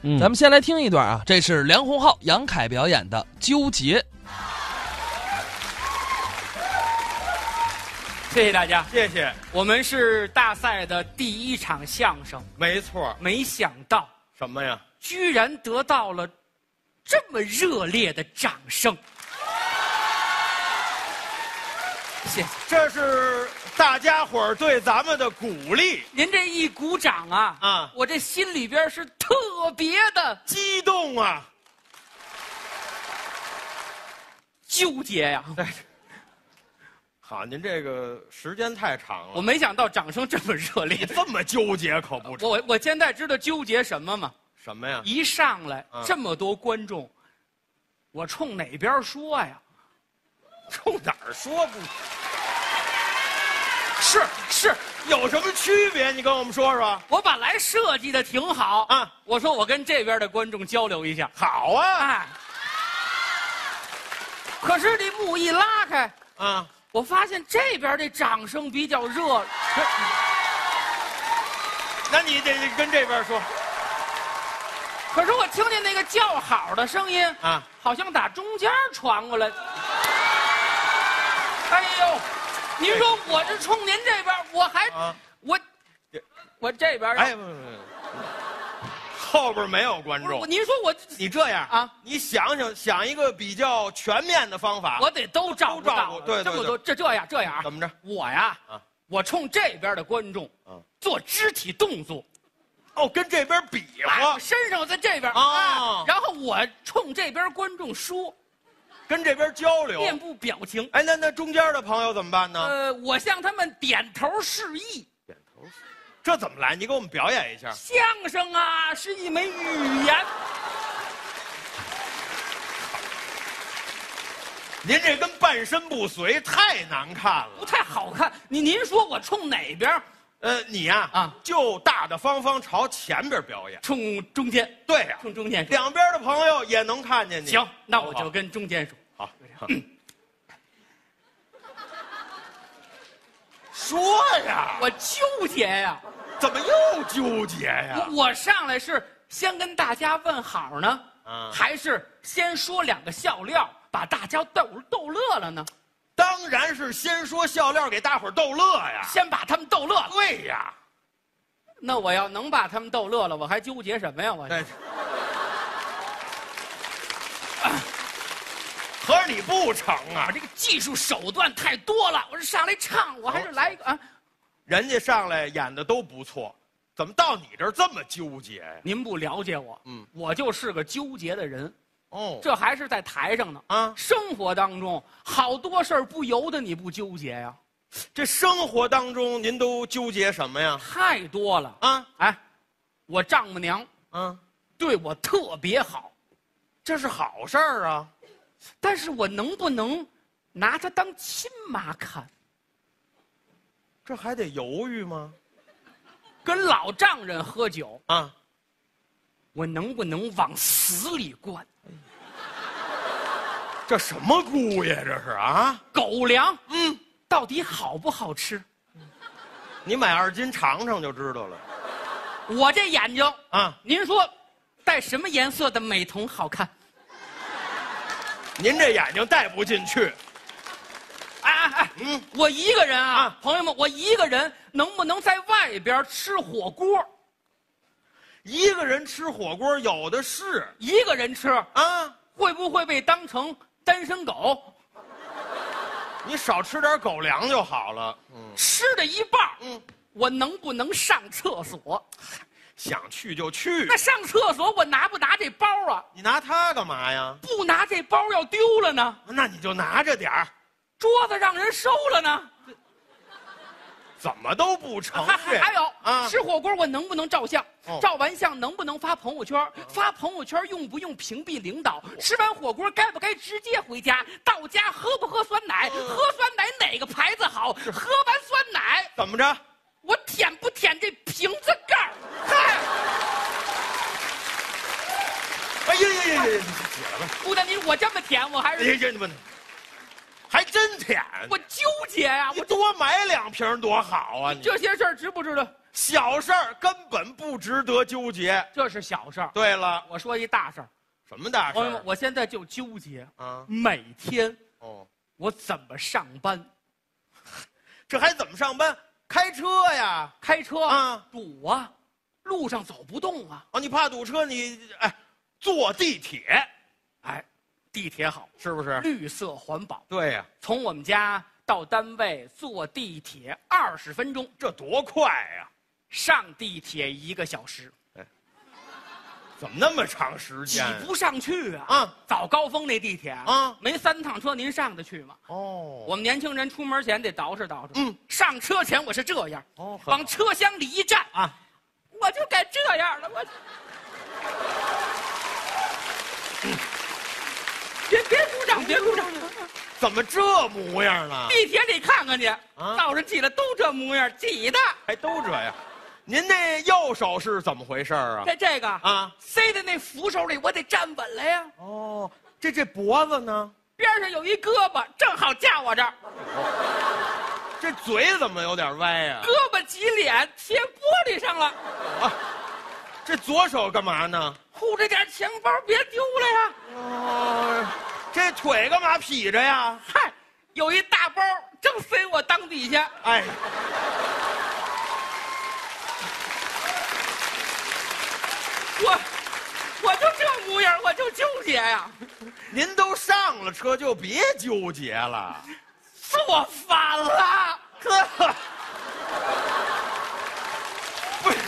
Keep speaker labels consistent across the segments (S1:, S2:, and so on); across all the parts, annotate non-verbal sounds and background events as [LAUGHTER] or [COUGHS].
S1: 嗯
S2: 咱们先来听一段啊，这是梁鸿浩、杨凯表演的《纠结》。
S3: 谢谢大家。
S4: 谢谢，
S3: 我们是大赛的第一场相声，
S4: 没错。
S3: 没想到
S4: 什么呀？
S3: 居然得到了这么热烈的掌声。谢谢
S4: 这是大家伙儿对咱们的鼓励，
S3: 您这一鼓掌啊，
S4: 啊
S3: 我这心里边是特别的
S4: 激动啊！
S3: 纠结呀、
S4: 好，您这个时间太长了，
S3: 我没想到掌声这么热烈。
S4: 这么纠结可不成。
S3: 我我现在知道纠结什么吗？
S4: 什么呀？
S3: 一上来
S4: 啊
S3: 这么多观众，我冲哪边说呀？
S4: 冲哪儿说不？
S3: 是是，
S4: 有什么区别？你跟我们说说。
S3: 我本来设计的挺好
S4: 啊，
S3: 我说我跟这边的观众交流一下，
S4: 好啊，
S3: 哎，可是这幕一拉开，
S4: 啊，
S3: 我发现这边这掌声比较热，
S4: 那你得跟这边说
S3: 可是我听见那个叫好的声音，
S4: 啊。
S3: 好像打中间传过来。哎呦，您说我这冲您这边，我还、
S4: 啊
S3: 我我这边，
S4: 哎，不不不，后边没有观
S3: 不是我
S4: 众。
S3: 您说我
S4: 你这样
S3: 啊，
S4: 你想想，想一个比较全面的方法。
S3: 我得都照顾
S4: 都照
S3: 到
S4: 顾
S3: 了，
S4: 对对
S3: 这么
S4: 对
S3: 多这这样这样啊
S4: 怎么着？
S3: 我呀，
S4: 啊
S3: 我冲这边的观众
S4: 嗯
S3: 做肢体动作，
S4: 哦，跟这边比
S3: 哎
S4: 划
S3: 我，身上我在这边
S4: 哦
S3: 哎然后我冲这边观众说，
S4: 跟这边交流。
S3: 面部表情，
S4: 哎，那那中间的朋友怎么办呢？
S3: 呃，我向他们点头示意。
S4: 点头，这怎么来？你给我们表演一下。
S3: 相声啊，是一门语言，
S4: 您这跟半身不遂太难看
S3: 不
S4: 了。
S3: 太好看。您您说我冲哪边？
S4: 呃，你呀
S3: 啊
S4: 就大大方方朝前边表演。
S3: 冲中间，
S4: 对呀、
S3: 冲中间。
S4: 两边的朋友也能看见你。
S3: 行，那我
S4: 好不
S3: 就
S4: 好
S3: 跟中间说。
S4: 好， [LAUGHS] 说呀，
S3: 我纠结呀、
S4: 怎么又纠结呀？
S3: 我我上来是先跟大家问好呢，
S4: 嗯
S3: 还是先说两个笑料，把大家逗逗乐了呢？
S4: 当然是先说笑料给大伙儿逗乐呀。
S3: 先把他们逗乐了。
S4: 对呀，
S3: 那我要能把他们逗乐了，我还纠结什么呀？我
S4: 哎， [COUGHS] 合着你不成啊
S3: 我？这个技术手段太多了，我是上来唱，我还是来一个啊？
S4: 人家上来演的都不错，怎么到你这儿这么纠结呀？
S3: 您不了解我，
S4: 嗯
S3: 我就是个纠结的人，
S4: 哦，
S3: 这还是在台上呢。
S4: 啊，
S3: 生活当中好多事儿不由得你不纠结呀、
S4: 这生活当中您都纠结什么呀？
S3: 太多了。
S4: 啊，
S3: 哎，我丈母娘
S4: 嗯，
S3: 对我特别好，
S4: 这是好事儿啊。
S3: 但是我能不能拿她当亲妈看？
S4: 这还得犹豫吗？
S3: 跟老丈人喝酒，
S4: 啊，
S3: 我能不能往死里灌？
S4: 这什么姑爷这是啊？
S3: 狗粮
S4: 嗯，
S3: 到底好不好吃？
S4: 你买二斤尝尝就知道了。
S3: 我这眼睛，
S4: 啊，
S3: 您说戴什么颜色的美瞳好看？
S4: 您这眼睛带不进去。
S3: 哎哎哎，
S4: 嗯，
S3: 我一个人啊
S4: 啊，
S3: 朋友们，我一个人能不能在外边吃火锅？
S4: 一个人吃火锅有的是
S3: 一个人吃
S4: 啊，
S3: 会不会被当成单身狗？
S4: 你少吃点狗粮就好了。嗯
S3: 吃的一半儿，
S4: 嗯，
S3: 我能不能上厕所？
S4: 想去就去
S3: 那。上厕所我拿不拿这包啊？
S4: 你拿它干嘛呀？
S3: 不拿这包要丢了呢？
S4: 那你就拿着点儿，
S3: 桌子让人收了呢？
S4: 怎么都不成
S3: 还 [LAUGHS] 还还有
S4: 啊
S3: 吃火锅我能不能照相
S4: 哦？
S3: 照完相能不能发朋友圈？发朋友圈用不用屏蔽领导？吃完火锅该不该直接回家？到家喝不喝酸奶？
S4: 哦
S3: 喝酸奶哪个牌子好？喝完酸奶
S4: 怎么着？哎
S3: 我舔不舔这瓶子盖儿？嗨，
S4: 哎呀呀呀呀！呀解了吧？
S3: 姑娘您我这么舔我还
S4: 哎
S3: 是
S4: 呀呀，你们还真舔！
S3: 我纠结呀、
S4: 你
S3: 我
S4: 多买两瓶多好啊！你
S3: 这些事儿知不知道？
S4: 小事儿根本不值得纠结。
S3: 这是小事儿。
S4: 对了，
S3: 我说一大事儿，
S4: 什么大事
S3: 朋友们，
S4: 儿
S3: 我现在就纠结，
S4: 啊？
S3: 每天
S4: 哦，
S3: 我怎么上班？
S4: 这还怎么上班？开车呀！
S3: 开车
S4: 啊
S3: 堵啊，路上走不动啊。
S4: 哦，你怕堵车，你哎，坐地铁
S3: 哎，地铁好，
S4: 是不是？
S3: 绿色环保。
S4: 对呀、
S3: 从我们家到单位坐地铁二十分钟，
S4: 这多快呀、
S3: 上地铁一个小时，
S4: 怎么那么长时
S3: 挤
S4: 间？
S3: 不上去啊！
S4: 啊？
S3: 早高峰那地铁啊
S4: 啊，
S3: 没三趟车，您上得去吗？
S4: 哦，
S3: 我们年轻人出门前得捯饬捯饬。
S4: 嗯，
S3: 上车前我是这样，
S4: 哦，很
S3: 往车厢里一站，
S4: 啊，
S3: 我就该这样了。
S4: [LAUGHS]
S3: 我，别别鼓掌，别鼓掌！
S4: 怎么这模样呢？
S3: 地铁里看看去，
S4: 啊
S3: 早上起来都这模样，挤的。
S4: 还都这样？您那右手是怎么回事儿啊？
S3: 这这个
S4: 啊，
S3: 塞在那扶手里，我得站稳了呀。
S4: 哦，这这脖子呢？
S3: 边上有一胳膊，正好架我这儿，
S4: 啊这嘴怎么有点歪呀、啊
S3: 胳膊挤脸贴玻璃上了。
S4: 这左手干嘛呢？
S3: 护着点钱包，别丢了呀。
S4: 哦，这腿干嘛劈着呀？
S3: 嗨，有一大包正塞我裆底下，
S4: 哎，
S3: 我我就这模样，我就纠结呀，
S4: 您都上了车就别纠结了。
S3: 是我反
S4: 啊
S3: 了。
S4: 呵， [LAUGHS] 不是，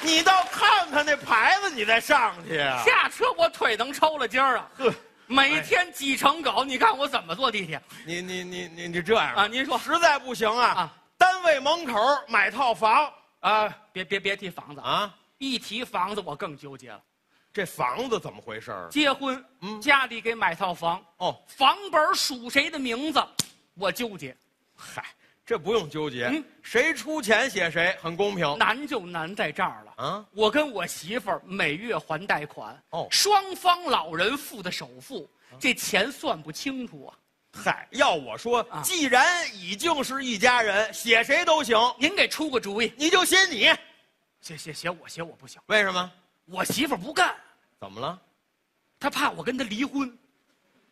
S4: 你倒看看那牌子，你再上去啊。
S3: 下车我腿能抽了筋儿啊，
S4: 呵，哎
S3: 每天挤成狗，你看我怎么坐地铁
S4: 你你你你你这样
S3: 啊？您说
S4: 实在不行啊，
S3: 啊
S4: 单位门口买套房
S3: 啊？别别别提房子啊，
S4: 啊。
S3: 一提房子我更纠结了。
S4: 这房子怎么回事儿？
S3: 结婚，
S4: 嗯
S3: 家里给买套房，
S4: 哦，
S3: 房本属谁的名字，我纠结，
S4: 嗨，这不用纠结，
S3: 嗯
S4: 谁出钱写谁，很公平
S3: 难就难在这儿了。
S4: 哦啊。
S3: 我跟我媳妇儿每月还贷款，
S4: 哦啊
S3: 双方老人付的首付，这钱算不清楚啊。
S4: 嗨，要我说，
S3: 啊
S4: 既然已经是一家人，写谁都行，
S3: 您给出个主意，
S4: 你就写你。
S3: 写写写我写我不行，
S4: 为什么？
S3: 我媳妇儿不干，
S4: 怎么了？
S3: 她怕我跟她离婚，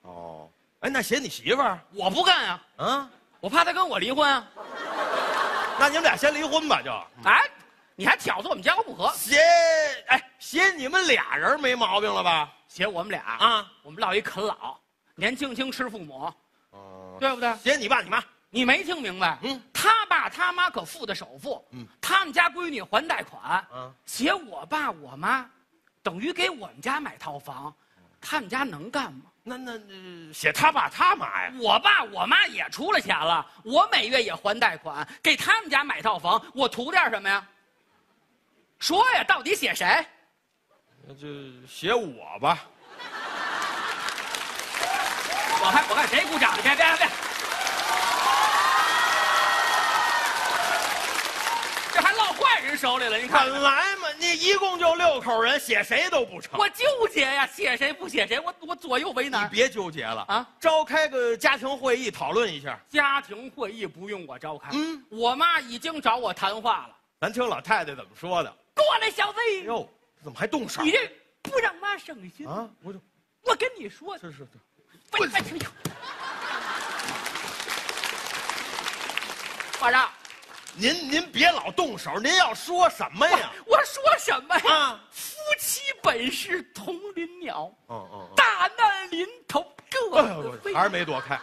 S4: 哦，哎，那写你媳妇儿
S3: 我不干啊，
S4: 啊？
S3: 我怕她跟我离婚啊。
S4: 那你们俩先离婚吧，就
S3: 哎，你还挑唆我们家不和，
S4: 写哎写你们俩人没毛病了吧？
S3: 写我们俩啊，
S4: 啊，
S3: 我们落一啃老，年轻轻吃父母，
S4: 哦，
S3: 对不对？
S4: 写你爸你妈，
S3: 你没听明白？
S4: 嗯，
S3: 他爸他妈可付的首付，
S4: 嗯，
S3: 他们家闺女还贷款，
S4: 啊，
S3: 写我爸我妈，等于给我们家买套房，他们家能干吗？
S4: 那那、呃写他爸他妈呀。
S3: 我爸我妈也出了钱了，我每月也还贷款，给他们家买套房，我图点什么呀？说呀，到底写谁？
S4: 那就写我吧。
S3: 我还我看谁鼓掌？别别别！这还落坏人手里了，你看
S4: 本来嘛，你一共就六口人，写谁都不成。
S3: 我纠结呀，写谁不写谁，我我左右为
S4: 你
S3: 难。
S4: 别纠结了
S3: 啊
S4: 啊！召开个家庭会议讨论一下。
S3: 家庭会议不用我召开，
S4: 嗯
S3: 我妈已经找我谈话了。
S4: 咱听老太太怎么说的。
S3: 过来，小子，
S4: 哎呦，怎么还动手
S3: 你这不让妈省心。
S4: 啊？我就
S3: 我跟你说，
S4: 这是这
S3: 哎哎哎呦晚上
S4: 您您别老动手，您要说什么呀？
S3: 我说什么呀？
S4: 啊，
S3: 夫妻本是同林鸟，
S4: 嗯嗯
S3: 大难临头各
S4: [LAUGHS] 哎呦
S3: 自，飞。
S4: 我还是没躲开。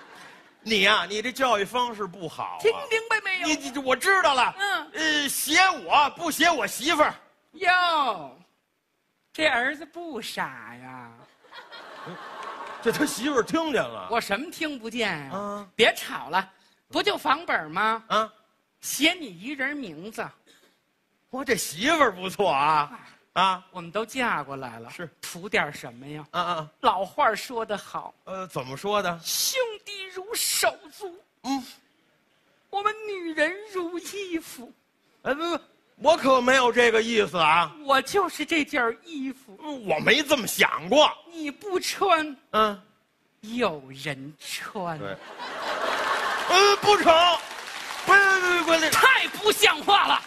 S4: 你呀、你这教育方式不好、啊。
S3: 听明白没有
S4: 你？你我知道了。
S3: 嗯
S4: 呃，写我不写我媳妇儿。
S3: 哟，这儿子不傻呀。
S4: 这他媳妇儿听见了
S3: 我什么听不见呀、
S4: 啊
S3: 别吵了，不就房本吗？
S4: 啊！
S3: 写你一人名字，
S4: 我这媳妇儿不错啊，啊
S3: 我们都嫁过来了，
S4: 是
S3: 图点什么呀？
S4: 啊啊，
S3: 老话说得好，
S4: 呃，怎么说的？
S3: 兄弟如手足，
S4: 嗯，
S3: 我们女人如衣服，
S4: 哎不不，我可没有这个意思啊，嗯
S3: 我就是这件儿衣服，
S4: 我没这么想过。
S3: 你不穿，
S4: 嗯，
S3: 有人穿，
S4: 对呃，不成，不不不不，
S3: 太不像话了。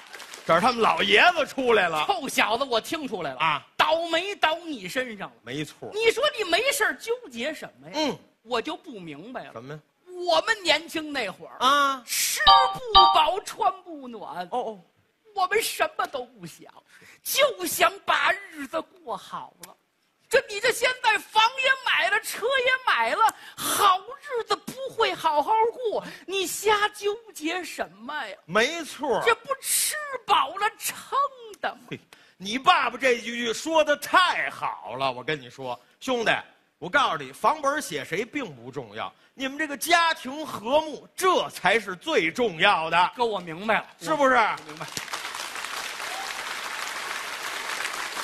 S4: 这是他们老爷子出来了
S3: 臭小子，我听出来了，
S4: 啊，
S3: 倒霉倒你身上了。
S4: 没错。
S3: 你说你没事儿纠结什么呀？
S4: 嗯，
S3: 我就不明白了。
S4: 什么呀？
S3: 我们年轻那会儿，
S4: 啊，
S3: 吃不饱，穿不暖，
S4: 哦哦，
S3: 我们什么都不想，就想把日子过好了。这你这现在房也买了，车也买了，好日子不会好好过，你瞎纠结什么呀？
S4: 没错。
S3: 这不吃饱了撑的吗？
S4: 嘿，你爸爸这几句说的太好了，我跟你说，兄弟，我告诉你，房本写谁并不重要，你们这个家庭和睦，这才是最重要的，
S3: 哥，我明白了，
S4: 是不是？
S3: 明白。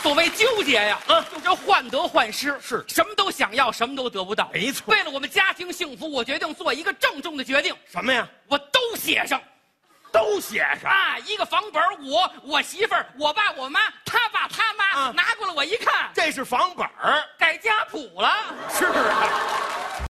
S3: 所谓纠结呀，
S4: 嗯
S3: 就这患得患失，
S4: 是哎
S3: 什么都想要，什么都得不到。
S4: 没错
S3: 为了我们家庭幸福，我决定做一个郑重的决定，
S4: 什么呀？
S3: 我都写上
S4: 都写上。
S3: 啊！一个房本儿，我、我媳妇儿、我爸、我妈、他爸、他妈，
S4: 啊
S3: 拿过来我一看，
S4: 这是房本儿，
S3: 改家谱了。